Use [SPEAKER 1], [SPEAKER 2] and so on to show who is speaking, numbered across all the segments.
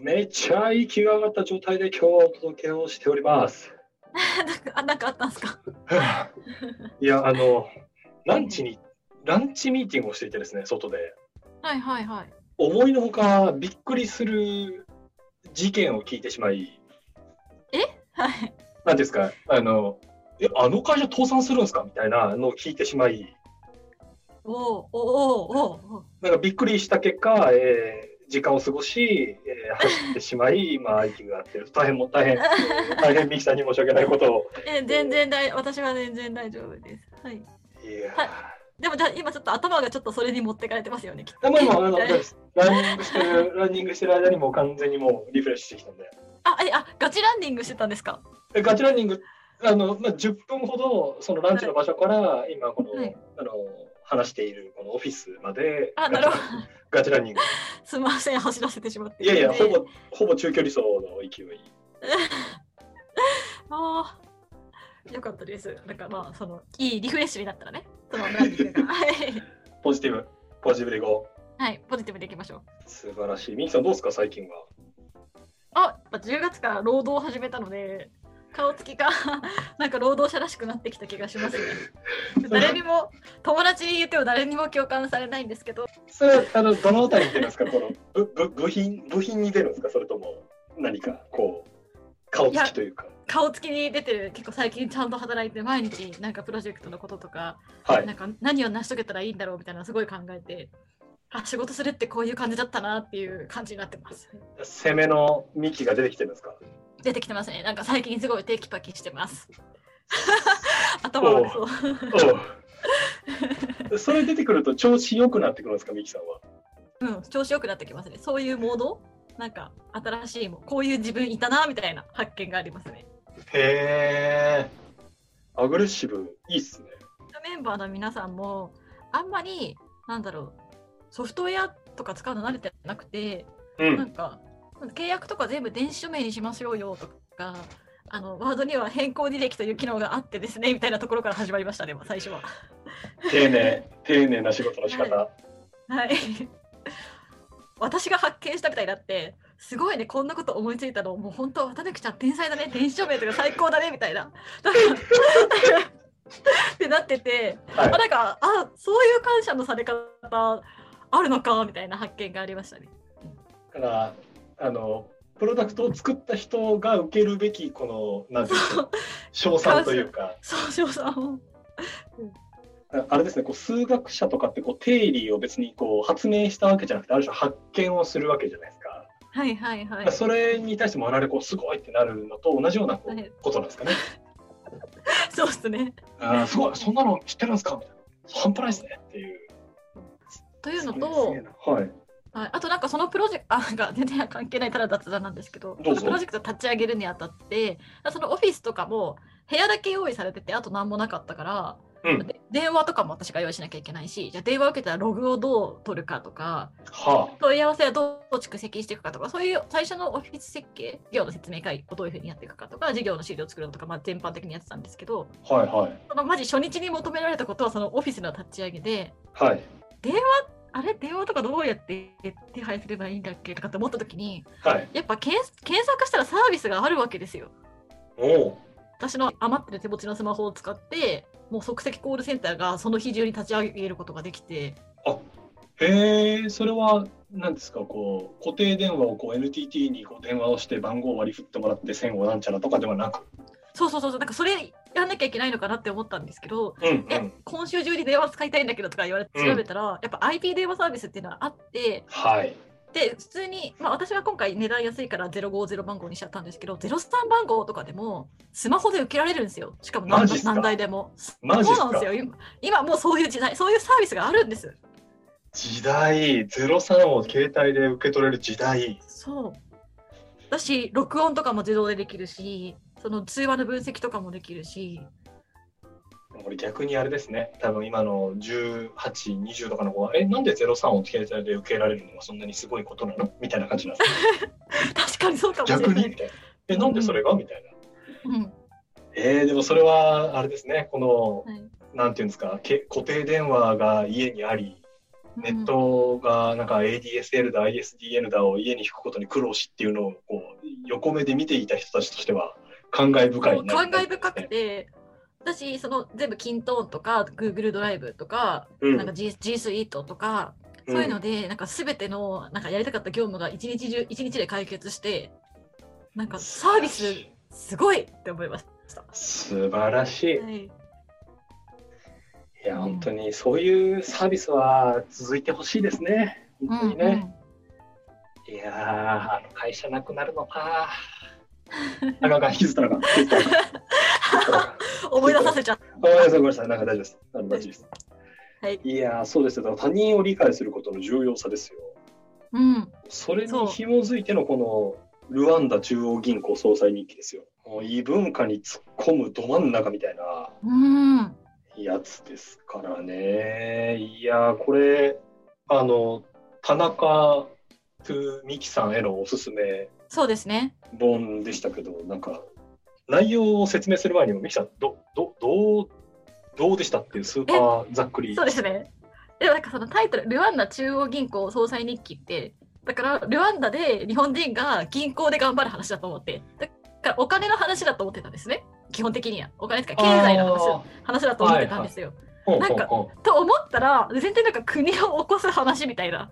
[SPEAKER 1] めっちゃ息が上がった状態で今日はお届けをしております。
[SPEAKER 2] あ、 なんかあったんですか。
[SPEAKER 1] いや、あの、ランチに、ランチミーティングをしていてですね、外で。
[SPEAKER 2] はいはいはい。
[SPEAKER 1] 思いのほかびっくりする事件を聞いてしまい、
[SPEAKER 2] はい。
[SPEAKER 1] なんていうんですか、あの、え、あの会社倒産するんですかみたいなのを聞いてしまい、
[SPEAKER 2] おおおおお
[SPEAKER 1] なんかびっくりした結果、えー時間を過ごし、えー走ってしまい、今、息が合ってる。大変も大変、大変、ミキさんに申し訳ないことを。
[SPEAKER 2] え、全然大、私は全然大丈夫です。はい。
[SPEAKER 1] いや
[SPEAKER 2] はいでも、じゃ、今ちょっと頭がちょっとそれに持ってかれてますよね。きっと
[SPEAKER 1] でも今、あの、ランニングしてる、ランニングしてる間にもう完全にもうリフレッシュしてきたんで。
[SPEAKER 2] あ、え、あ、ガチランニングしてたんですか。
[SPEAKER 1] でガチランニング、あの、まあ、10分ほど、そのランチの場所から、今、この、
[SPEAKER 2] はい
[SPEAKER 1] あの、話しているこのオフィスまで、
[SPEAKER 2] あ、なるほど。
[SPEAKER 1] ガチランニング。
[SPEAKER 2] すみません、走らせてしまって。
[SPEAKER 1] いやい や、ほぼ、ほぼ中距離走の勢い。
[SPEAKER 2] ああ。よかったです。なんか、まあ、その、いいリフレッシュになったらね。そのランニング が。はい
[SPEAKER 1] ポジティブ、ポジティブでいこう。
[SPEAKER 2] はい、ポジティブでいきましょう。
[SPEAKER 1] 素晴らしい。ミキさん、どうですか、最近は。
[SPEAKER 2] あ、やっぱ10月から労働を始めたので、顔つきが なんか労働者らしくなってきた気がし ますね。誰にも友達に言っても誰にも共感されないんですけど、
[SPEAKER 1] それはあのどのあたりに出るんですか、 このぶぶ部品部品に出るんですか、それとも何かこう顔つきというか、
[SPEAKER 2] 顔つきに出てる結構最近ちゃんと働いて毎日なんかプロジェクトのこととか、
[SPEAKER 1] は
[SPEAKER 2] なん
[SPEAKER 1] い、
[SPEAKER 2] か何を成し遂げたらいいんだろうみたいなのすごい考えて。あ仕事するってこういう感じだったなっていう感じになってます。
[SPEAKER 1] 攻めの幹が出てきてるんですか。
[SPEAKER 2] 出てきてますね。なんか最近すごいテキパキしてます。 頭がそう。
[SPEAKER 1] おう それ出てくると調子良くなってくるんですか、ミキさんは。
[SPEAKER 2] うん、調子よくなってきますね。そういうモードなんか新しいもこういう自分いたなみたいな発見がありますね。
[SPEAKER 1] へえ。アグレッシブいいっすね。
[SPEAKER 2] メンバーの皆さんもあんまりなんだろうソフトウェアとか使うの慣れてなくて
[SPEAKER 1] う
[SPEAKER 2] なん
[SPEAKER 1] ん。
[SPEAKER 2] か契約とか全部電子署名にしましょうよとかあのワードには変更履歴という機能があってですねみたいなところから始まりましたね最初は。
[SPEAKER 1] 丁寧丁寧な仕事の仕方。
[SPEAKER 2] はい。私が発見したみたいになって、すごいね、こんなこと思いついたの、もう本当、渡辺ちゃん天才だね、電子署名とか最高だね、みたいな。なんかってなってて、
[SPEAKER 1] はい
[SPEAKER 2] あ。なんか、あそういう感謝のされ方あるのか、みたいな発見がありましたね。
[SPEAKER 1] だからあのプロダクトを作った人が受けるべきこのなんていうんでしょう賞賛というか。
[SPEAKER 2] そうしようさんも。
[SPEAKER 1] ああれですね、こう数学者とかってこう定理を別にこう発明したわけじゃなくて、ある種発見をするわけじゃないですか。
[SPEAKER 2] はいはいは
[SPEAKER 1] だ
[SPEAKER 2] い
[SPEAKER 1] から。それに対しても我々こうすごいってなるのと同じようなこ
[SPEAKER 2] はいう
[SPEAKER 1] ことなんですかね。
[SPEAKER 2] そうっすね。
[SPEAKER 1] あーすごい、そんなの知ってるんですかみたいな。半端ないですねっていう。
[SPEAKER 2] というの
[SPEAKER 1] す
[SPEAKER 2] と
[SPEAKER 1] げえ、なはい。
[SPEAKER 2] はい、あとなんかそのプロジェクト、 あ、なんか全然関係ないただ雑談なんですけど、
[SPEAKER 1] どうぞ
[SPEAKER 2] そのプロジェクト立ち上げるにあたって、そのオフィスとかも部屋だけ用意されてて、あと何もなかったから、
[SPEAKER 1] うん。
[SPEAKER 2] で電話とかも私が用意しなきゃいけないし、じゃあ電話受けたらログをどう取るかとか、
[SPEAKER 1] は
[SPEAKER 2] 問い合わせはどう蓄積していくかとか、そういう最初のオフィス設計、業の説明会をどういうふうにやっていくかとか、事業の資料を作るのとか、まあ、全般的にやってたんですけど、
[SPEAKER 1] あ、はいはい。
[SPEAKER 2] そのマジ初日に求められたことはそのオフィスの立ち上げで、
[SPEAKER 1] はい。
[SPEAKER 2] あれ電話とかどうやって手配すればいいんだっけとかって思った時に、
[SPEAKER 1] はい。
[SPEAKER 2] やっぱ検検索したらサービスがあるわけですよ。
[SPEAKER 1] おう
[SPEAKER 2] 私の余ってる手持ちのスマホを使って、もう即席コールセンターがその日中に立ち上げることができて、
[SPEAKER 1] へえ、それは、なんですか、こう、固定電話をこう NTT にこう電話をして番号を割り振ってもらって線をなんちゃらとかではなく。
[SPEAKER 2] そうそうそうそう、なんかそれやんなきゃいけないのかなって思ったんですけど、
[SPEAKER 1] うんう
[SPEAKER 2] え
[SPEAKER 1] ん。、
[SPEAKER 2] 今週中に電話使いたいんだけどとか言われて
[SPEAKER 1] うん
[SPEAKER 2] 調べたら、やっぱ IP 電話サービスっていうのはあって、
[SPEAKER 1] はい。
[SPEAKER 2] で、普通に、まあ私は今回値段安いから050番号にしちゃったんですけど、03番号とかでもスマホで受けられるんですよ。しかも
[SPEAKER 1] マ
[SPEAKER 2] 何
[SPEAKER 1] ジっすか
[SPEAKER 2] 何台でも。
[SPEAKER 1] マジ
[SPEAKER 2] そう
[SPEAKER 1] っす
[SPEAKER 2] なん
[SPEAKER 1] か
[SPEAKER 2] ですよ。今今もうそういう時代、そういうサービスがあるんです。
[SPEAKER 1] 時代03を携帯で受け取れる時代
[SPEAKER 2] そう。だし、録音とかも自動でできるし、その通話の分析とかもできるし、
[SPEAKER 1] これ逆にあれですね多分今の1820とかの子はえなんで03を携帯で受けられるのがそんなにすごいことなのみたいな感じなんですね
[SPEAKER 2] 確かにそうかもしれ
[SPEAKER 1] 逆
[SPEAKER 2] ない。
[SPEAKER 1] にみたいなえなんでそれがみたいな
[SPEAKER 2] うん
[SPEAKER 1] えー、でもそれはあれですねこの
[SPEAKER 2] はい、
[SPEAKER 1] なんていうんですかけ固定電話が家にありネットがなんか ADSL だ ISDN だを家に引くことに苦労しっていうのをこう横目で見ていた人たちとしては感慨深いな
[SPEAKER 2] 感慨深くて、私、その全部、キントーンとか、Google ドライブとか、
[SPEAKER 1] うん
[SPEAKER 2] なんか G, G スイートとか、そういうので、なんかすべてのなんかやりたかった業務が一日中、一日で解決して、なんかサービスすごいって思いました。は
[SPEAKER 1] 素晴らしい。
[SPEAKER 2] い、
[SPEAKER 1] いや、本当にそういうサービスは続いてほしいですね。本当にね。いやー、あの会社なくなるのか。あかん、かん、気づかなかった。気づかなかった
[SPEAKER 2] うん思い出させちゃっ
[SPEAKER 1] ごめんなさい、ごめんなさい、なんか大丈夫です。あの大丈夫です。
[SPEAKER 2] た。はい、
[SPEAKER 1] いやー、そうですよ。だから他人を理解することの重要さですよ。
[SPEAKER 2] うん、
[SPEAKER 1] それ
[SPEAKER 2] そう
[SPEAKER 1] に紐づいてのこのルワンダ中央銀行総裁日記ですよ。もう異文化に突っ込むど真ん中みたいな
[SPEAKER 2] うん、
[SPEAKER 1] やつですからね。いやー、これ、あの、田中と美樹さんへのおすすめ
[SPEAKER 2] そうですね。
[SPEAKER 1] 本でしたけど、なんか、内容を説明する前にも、美樹さん、ど、ど、どう、どうでしたっていうスーパーざっくり。
[SPEAKER 2] そうですね。でもなんかそのタイトル「ルワンダ中央銀行総裁日記」ってだからルワンダで日本人が銀行で頑張る話だと思ってだからお金の話だと思ってたんですね基本的にはお金とか経済の話話だと思ってたんですよ。
[SPEAKER 1] あー。
[SPEAKER 2] なんか
[SPEAKER 1] ほうほうほう
[SPEAKER 2] と思ったら全然なんか国を起こす話みたいな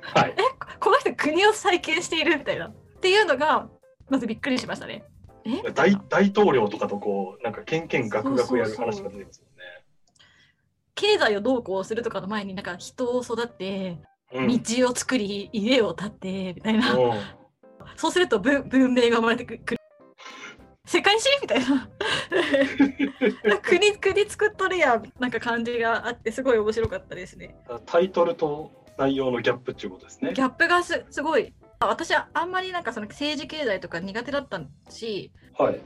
[SPEAKER 1] はい。
[SPEAKER 2] この人国を再建しているみたいなっていうのがまずびっくりしましたね。えみたい
[SPEAKER 1] 大
[SPEAKER 2] な
[SPEAKER 1] 大統領とかとこうなんかけんけんがくがくやる話が出てます
[SPEAKER 2] 経済をどうこうするとかの前になんか人を育て
[SPEAKER 1] もんね。
[SPEAKER 2] 道を作り家を建てみたいな。
[SPEAKER 1] うん。うん
[SPEAKER 2] そうすると文文明が生まれてくる。世界史みたいな 国国作っとるやんなんか感じがあってすごい面白かったですね
[SPEAKER 1] タイトルと内容のギャップっていうことですね
[SPEAKER 2] ギ。ャップがすすごいあ私はあんまりなんかその政治経済とか苦手だったし
[SPEAKER 1] はい。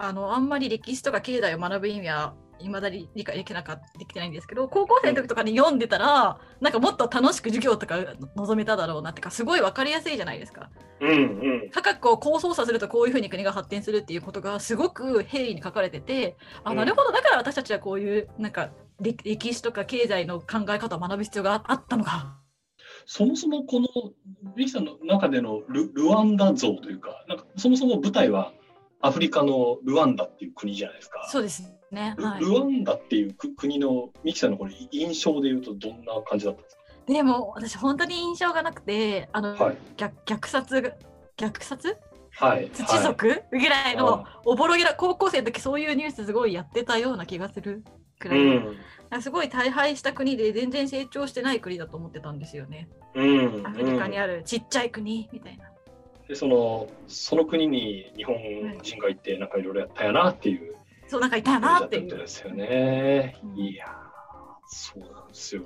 [SPEAKER 2] あのあんまり歴史とか経済を学ぶ意味はいまだに理解できなかっできてないんですけど高校生の時とかに読んでたら、なんかもっと楽しく授業とか望めただろうなってかすごい分かりやすいじゃないですか
[SPEAKER 1] うんうん。
[SPEAKER 2] 価格をこう操作するとこういうふうに国が発展するっていうことがすごく平易に書かれててあ
[SPEAKER 1] うん
[SPEAKER 2] なるほどだから私たちはこういうなんか歴歴史とか経済の考え方を学ぶ必要があったのか。
[SPEAKER 1] そもそもこのリキさんの中でのルルワンダ像というか、なんかそもそも舞台はアフリカのルワンダっていう国じゃないですか。
[SPEAKER 2] そうですね、
[SPEAKER 1] ル
[SPEAKER 2] は
[SPEAKER 1] ルワンダっていうく国のミキさんのこれ印象で言うとどんな感じだったんです
[SPEAKER 2] い、でも私本当に印象がなくてあの、
[SPEAKER 1] か。はい
[SPEAKER 2] 逆虐殺が虐殺
[SPEAKER 1] はい
[SPEAKER 2] 土
[SPEAKER 1] はい。
[SPEAKER 2] 族、ぐらいの
[SPEAKER 1] あ
[SPEAKER 2] おぼろげな高校生の時そういうニュースすごいやってたような気がするく
[SPEAKER 1] う
[SPEAKER 2] らい、
[SPEAKER 1] ん
[SPEAKER 2] なんかすごい大敗した国で全然成長してない国だと思ってたんですよね
[SPEAKER 1] うん。
[SPEAKER 2] アフリカにあるちっちゃい国みたいな。
[SPEAKER 1] でそのその国に日本人が行ってなんかいろいろやったやなっていう
[SPEAKER 2] そうなんかいたなって
[SPEAKER 1] だ
[SPEAKER 2] い
[SPEAKER 1] ったん
[SPEAKER 2] う。
[SPEAKER 1] ですよね
[SPEAKER 2] う。ん
[SPEAKER 1] いやーそうなんですよ。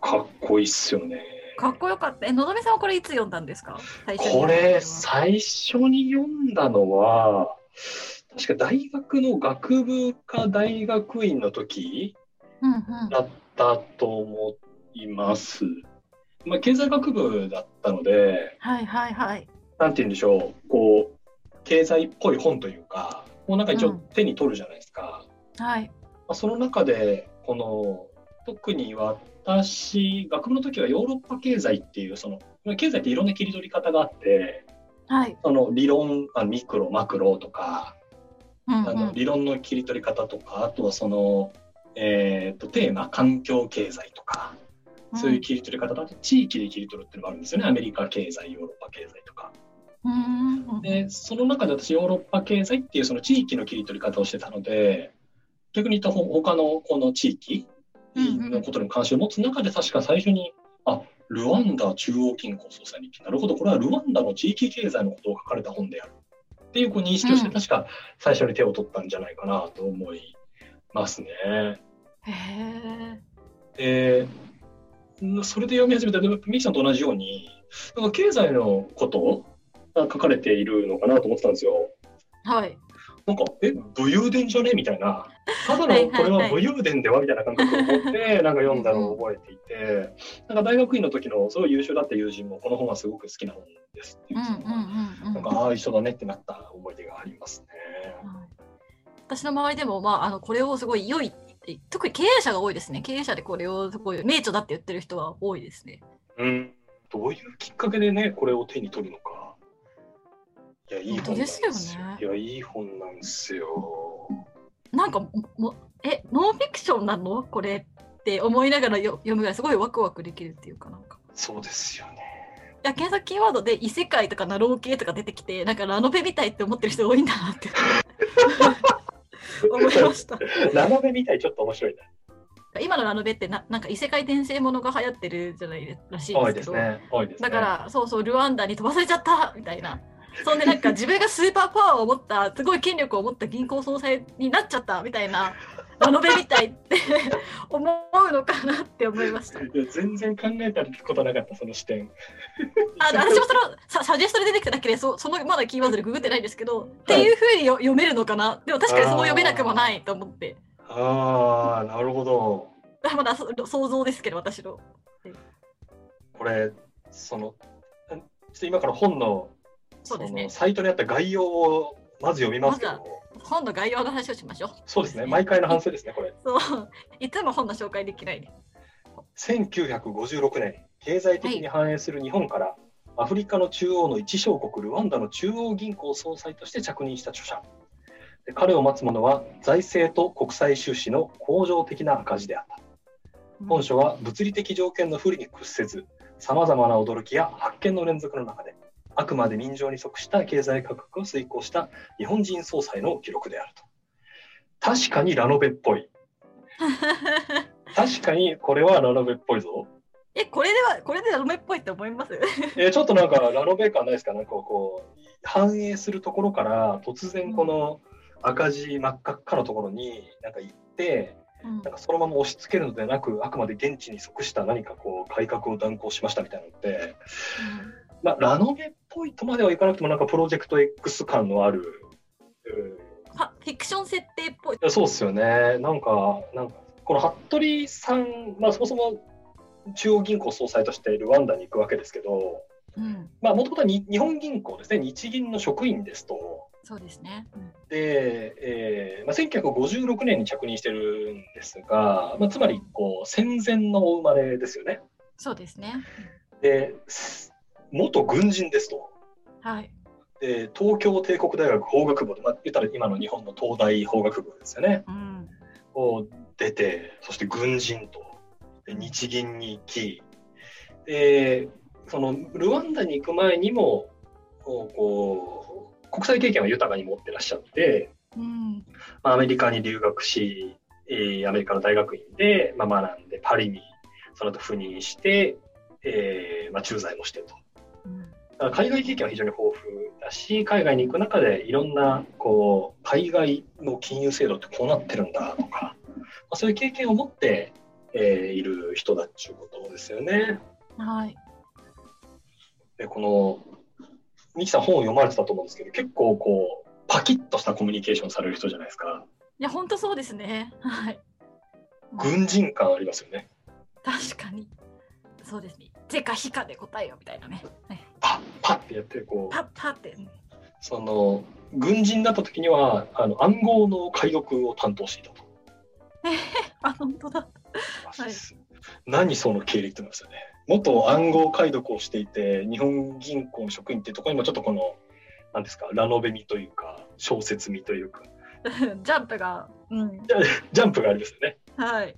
[SPEAKER 1] かっこいいっすよね。
[SPEAKER 2] かっこよかった。え、のぞみさんはこれいつ読んだんですか最初に
[SPEAKER 1] これ最初に読んだのは確か大学の学部か大学院の時
[SPEAKER 2] うんうん。
[SPEAKER 1] だったと思います。まあ、経済学部だったので
[SPEAKER 2] はいはいはい。
[SPEAKER 1] なんて言うんでしょうこう経済っぽい本というかもうなんか一
[SPEAKER 2] う
[SPEAKER 1] 応
[SPEAKER 2] ん
[SPEAKER 1] 手に取るじゃないですか。
[SPEAKER 2] はい。
[SPEAKER 1] まあ、その中でこの特に私学部の時はヨーロッパ経済っていうそのまあ経済っていろんな切り取り方があって
[SPEAKER 2] はい。
[SPEAKER 1] その理論あミクロマクロとか、
[SPEAKER 2] うん
[SPEAKER 1] あの理論の切り取り方とかあとはその、えー、とテーマ環境経済とかそういう切り取り方だと地域で切り取るっていうのもあるんですよねアメリカ経済ヨーロッパ経済とか。
[SPEAKER 2] うんうん
[SPEAKER 1] でその中で私ヨーロッパ経済っていうその地域の切り取り方をしてたので逆に言うとほ他のこの地域
[SPEAKER 2] うんうん
[SPEAKER 1] のことにも関心を持つ中で確か最初にあルワンダ中央銀行総裁日記なるほどこれはルワンダの地域経済のことを書かれた本であるっていうこう認識をして
[SPEAKER 2] うん
[SPEAKER 1] 確か最初に手を取ったんじゃないかなと思いますね。
[SPEAKER 2] へえ。
[SPEAKER 1] でんそれで読み始めたでもミキさんと同じようになんか経済のことが書かれているのかなと思ってたんですよ。
[SPEAKER 2] はい。
[SPEAKER 1] なんか、え、武勇伝じゃねみたいな、ただの
[SPEAKER 2] はいはいはい
[SPEAKER 1] これは武勇伝ではみたいな感覚を 持って、なんか読んだのを覚えていて、なんか大学院の時のすごい優秀だった友人も、この本はすごく好きな本ですって
[SPEAKER 2] う
[SPEAKER 1] い
[SPEAKER 2] んう
[SPEAKER 1] うん人が、
[SPEAKER 2] うんう
[SPEAKER 1] なん
[SPEAKER 2] ん
[SPEAKER 1] か、。ああ、一緒だねってなった思い出がありますね。
[SPEAKER 2] はい私の周りでも、まあ、あのこれをすごい良いってって特に経営者が多いですね経営者でこれをこういう名著だって言ってる人は多いですね
[SPEAKER 1] うん、どういうきっかけでね、これを手に取るのか。いや、いい本なんですよ。
[SPEAKER 2] 本当ですよね
[SPEAKER 1] いや、いい本なんですよ。
[SPEAKER 2] なんかももえノンフィクションなのこれって思いながらよ読むぐらいすごいワクワクできるっていうかなんか
[SPEAKER 1] そうですよね。
[SPEAKER 2] いや検索キーワードで異世界とかナロー系とか出てきてなんかラノベみたいって思ってる人多いんだなって思いました
[SPEAKER 1] ラノベみたい、ちょっと面白いね。
[SPEAKER 2] 今のラノベってななんか異世界転生ものが流行ってるじゃないらしいん
[SPEAKER 1] 多
[SPEAKER 2] で
[SPEAKER 1] い
[SPEAKER 2] す
[SPEAKER 1] で
[SPEAKER 2] け
[SPEAKER 1] す
[SPEAKER 2] ど
[SPEAKER 1] ね。多いですね。
[SPEAKER 2] だか、らそうそうルワンダに飛ばされちゃったみたいなそんでなんか自分がスーパーパワーを持ったすごい権力を持った銀行総裁になっちゃったみたいなラノベみたいって思うのかなって思いました
[SPEAKER 1] いや全然考えたことなかった、その視点。
[SPEAKER 2] あ私もそのササジェストで出てきただけでそそのまだキーワードでググってないですけど、っていうふうによ読めるのかなでも確かにそう読めなくもないと思って
[SPEAKER 1] ああ、なるほど。
[SPEAKER 2] まだそ想像ですけど私の
[SPEAKER 1] これ、その、んちょっと今から本の、
[SPEAKER 2] そうですね
[SPEAKER 1] のサイトにあった概要をまず読みますけ
[SPEAKER 2] ま
[SPEAKER 1] ど、
[SPEAKER 2] 本の概要の話をしましょう
[SPEAKER 1] そうですね、毎回の反省ですね、これ。
[SPEAKER 2] そういつも本の紹介できない
[SPEAKER 1] 1956年経済的に繁栄する日本から、アフリカの中央の一小国ルワンダの中央銀行総裁として着任した著者で彼を待つものは財政と国際収支の恒常的な赤字であった本書は物理的条件の不利に屈せずさまざまな驚きや発見の連続の中であくまで民情に即した経済改革を遂行した日本人総裁の記録であると確かにラノベっぽい確かにこれはラノベっぽいぞ
[SPEAKER 2] えこれではこれでラノベっぽいって思います
[SPEAKER 1] えーちょっとなんかラノベ感ないですかなんかこう反映するところから突然この赤字真っ赤っかのところになんか行って
[SPEAKER 2] うん
[SPEAKER 1] なんかそのまま押し付けるのではなくあくまで現地に即した何かこう改革を断行しましたみたいなのって、まあ、ラノベっぽいとまではいかなくてもなんかプロジェクト X 感のある、
[SPEAKER 2] ファフィクション設定っぽい
[SPEAKER 1] うん、そうっすよねなんかなんかこの服部さん、まあ、そもそも中央銀行総裁としてルワンダに行くわけですけど。
[SPEAKER 2] うん
[SPEAKER 1] まあ、もともとはに日本銀行ですね、日銀の職員ですと。
[SPEAKER 2] そうですねうん
[SPEAKER 1] で、えーまあ、1956年に着任してるんですが、まあ、つまりこう戦前のお生まれですよね。
[SPEAKER 2] そうですね
[SPEAKER 1] で、す元軍人ですと。
[SPEAKER 2] はい
[SPEAKER 1] で東京帝国大学法学部、まあ、言ったら今の日本の東大法学部ですよね。
[SPEAKER 2] うん
[SPEAKER 1] を出て、そして軍人と、で日銀に行き、で、そのルワンダに行く前にも、こうこう国際経験を豊かに持ってらっしゃって、
[SPEAKER 2] うん
[SPEAKER 1] まあアメリカに留学し、えーアメリカの大学院で、まあ、学んで、パリに、その後赴任して、えーまあ、駐在もしてと。
[SPEAKER 2] うん
[SPEAKER 1] だから海外経験は非常に豊富だし、海外に行く中でいろんなこう海外の金融制度ってこうなってるんだとか、まあ、そういう経験を持って、えーいる人だっていうことですよね。
[SPEAKER 2] はい
[SPEAKER 1] で、この、ミキさん本を読まれてたと思うんですけど、結構こう、パキッとしたコミュニケーションされる人じゃないですか。
[SPEAKER 2] いや本当そうですねはい
[SPEAKER 1] 軍人感ありますよね。
[SPEAKER 2] 確かにそうですね是か非かで答えよみたいなね、はい、
[SPEAKER 1] パッパッってやって、こう
[SPEAKER 2] パ、ッパってうん
[SPEAKER 1] その、軍人だった時には、あの、暗号の解読を担当していたと。
[SPEAKER 2] あ本当だはい
[SPEAKER 1] 何その経歴ってなりましたね。元暗号解読をしていて、日本銀行の職員っていうところにもちょっとこの、なんですか、ラノベ味というか、小説味というか、
[SPEAKER 2] ジャンプがうん
[SPEAKER 1] ジャンプがありますよね。
[SPEAKER 2] はい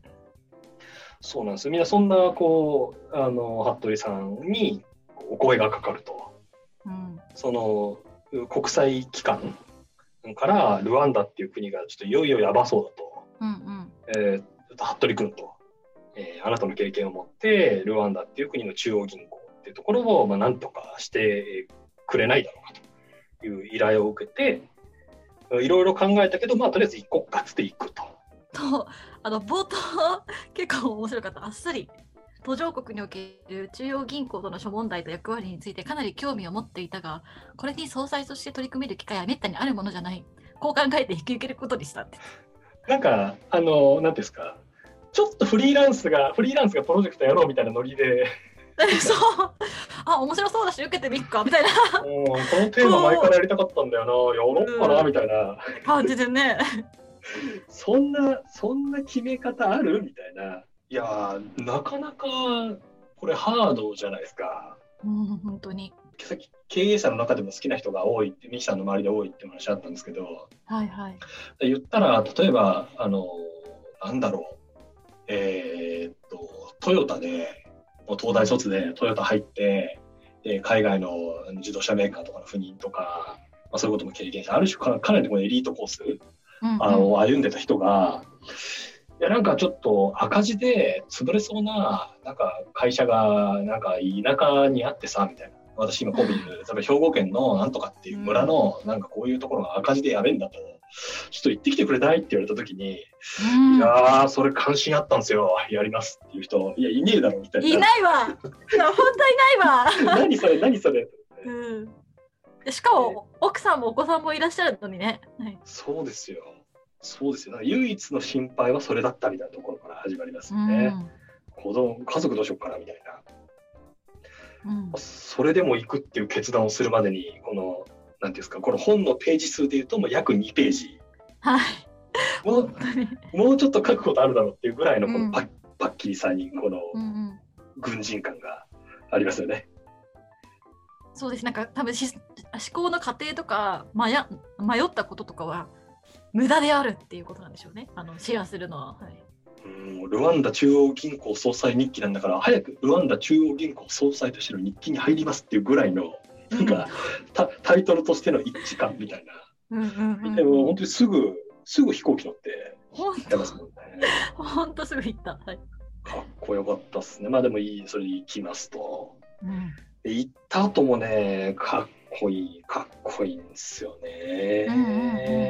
[SPEAKER 1] そうなんですよ。みんなそんな、こう、あの、服部さんにお声がかかると。
[SPEAKER 2] うん
[SPEAKER 1] その、国際機関から、ルワンダっていう国がちょっといよいよやばそうだと。
[SPEAKER 2] うんうん
[SPEAKER 1] えー、服部君と、えーあなたの経験を持ってルワンダっていう国の中央銀行っていうところを、まあ、なんとかしてくれないだろうかという依頼を受けていろいろ考えたけど、まあ、とりあえず一国かつて行くと。
[SPEAKER 2] とあの冒頭結構面白かったあっさり途上国における中央銀行との諸問題と役割についてかなり興味を持っていたがこれに総裁として取り組める機会はめったにあるものじゃないこう考えて引き受けることにしたって
[SPEAKER 1] なんかあの何ですかちょっとフリーランスがフリーランスがプロジェクトやろうみたいなノリで
[SPEAKER 2] そうあ面白そうだし受けてみっかみたいな
[SPEAKER 1] うんこのテーマ前からやりたかったんだよなやろうかなみたいな
[SPEAKER 2] 感じでね
[SPEAKER 1] そんな、そんな決め方あるみたいな。いやー、なかなか、これハードじゃないですか。
[SPEAKER 2] うん、本当に。
[SPEAKER 1] さっき経営者の中でも好きな人が多いって、ミキさんの周りで多いって話あったんですけど、
[SPEAKER 2] はいはい。
[SPEAKER 1] 言ったら、例えば、あの、なんだろう、えーっと、トヨタで、もう東大卒でトヨタ入って、で海外のあの自動車メーカーとかの赴任とか、まあ、そういうことも経験して、ある種かかなりこのエリートコース
[SPEAKER 2] うんうん
[SPEAKER 1] あの歩んでた人が、いやなんかちょっと赤字で潰れそうななんか会社がなんか田舎にあってさみたいな。私今神戸にいる、例えば兵庫県のなんとかっていう村のなんかこういうところが赤字でやべえんだと、ちょっと行ってきてくれないって言われた時に、
[SPEAKER 2] うん
[SPEAKER 1] いやー、それ関心あったんですよ、やりますっていう人、いや、いねえだろみたいな。
[SPEAKER 2] いないわ。いや本当いないわ。
[SPEAKER 1] 何それ、何それ。
[SPEAKER 2] うんで。しかも奥さんもお子さんもいらっしゃるのにね。はい。
[SPEAKER 1] そうですよ。そうですよ。なんか唯一の心配はそれだったみたいなところから始まります
[SPEAKER 2] う
[SPEAKER 1] よ
[SPEAKER 2] ん
[SPEAKER 1] ね。子供、家族どうしようかなみたいな。
[SPEAKER 2] うん
[SPEAKER 1] それでも行くっていう決断をするまでに、この、なんていうんですか、この本のページ数でいうと、もう約2ページ。
[SPEAKER 2] はい。
[SPEAKER 1] もう、もうちょっと書くことあるだろうっていうぐらいの、こ
[SPEAKER 2] うん
[SPEAKER 1] のパッ,、パッキリさに、この
[SPEAKER 2] うんうん。
[SPEAKER 1] 軍人感がありますよね。
[SPEAKER 2] そうです。なんか多分し思考の過程とか迷迷ったこととかは無駄であるっていうことなんでしょうね。あのシェアするのは。はい。
[SPEAKER 1] うん、ルワンダ中央銀行総裁日記なんだから、早くルワンダ中央銀行総裁としての日記に入りますっていうぐらいの、なんか、タタイトルとしての一致感みたいな。
[SPEAKER 2] うんうんうん。
[SPEAKER 1] でも、本当にすぐ、すぐ飛行機乗って、
[SPEAKER 2] 本
[SPEAKER 1] 行って
[SPEAKER 2] 当
[SPEAKER 1] ますもんね。
[SPEAKER 2] 本当すぐ行った。はい。
[SPEAKER 1] かっこよかったっすね。まあでもいい、それで行きますと。
[SPEAKER 2] うん。
[SPEAKER 1] で行った後もね、かっこいい、かっこいいんですよね。
[SPEAKER 2] うんうんうん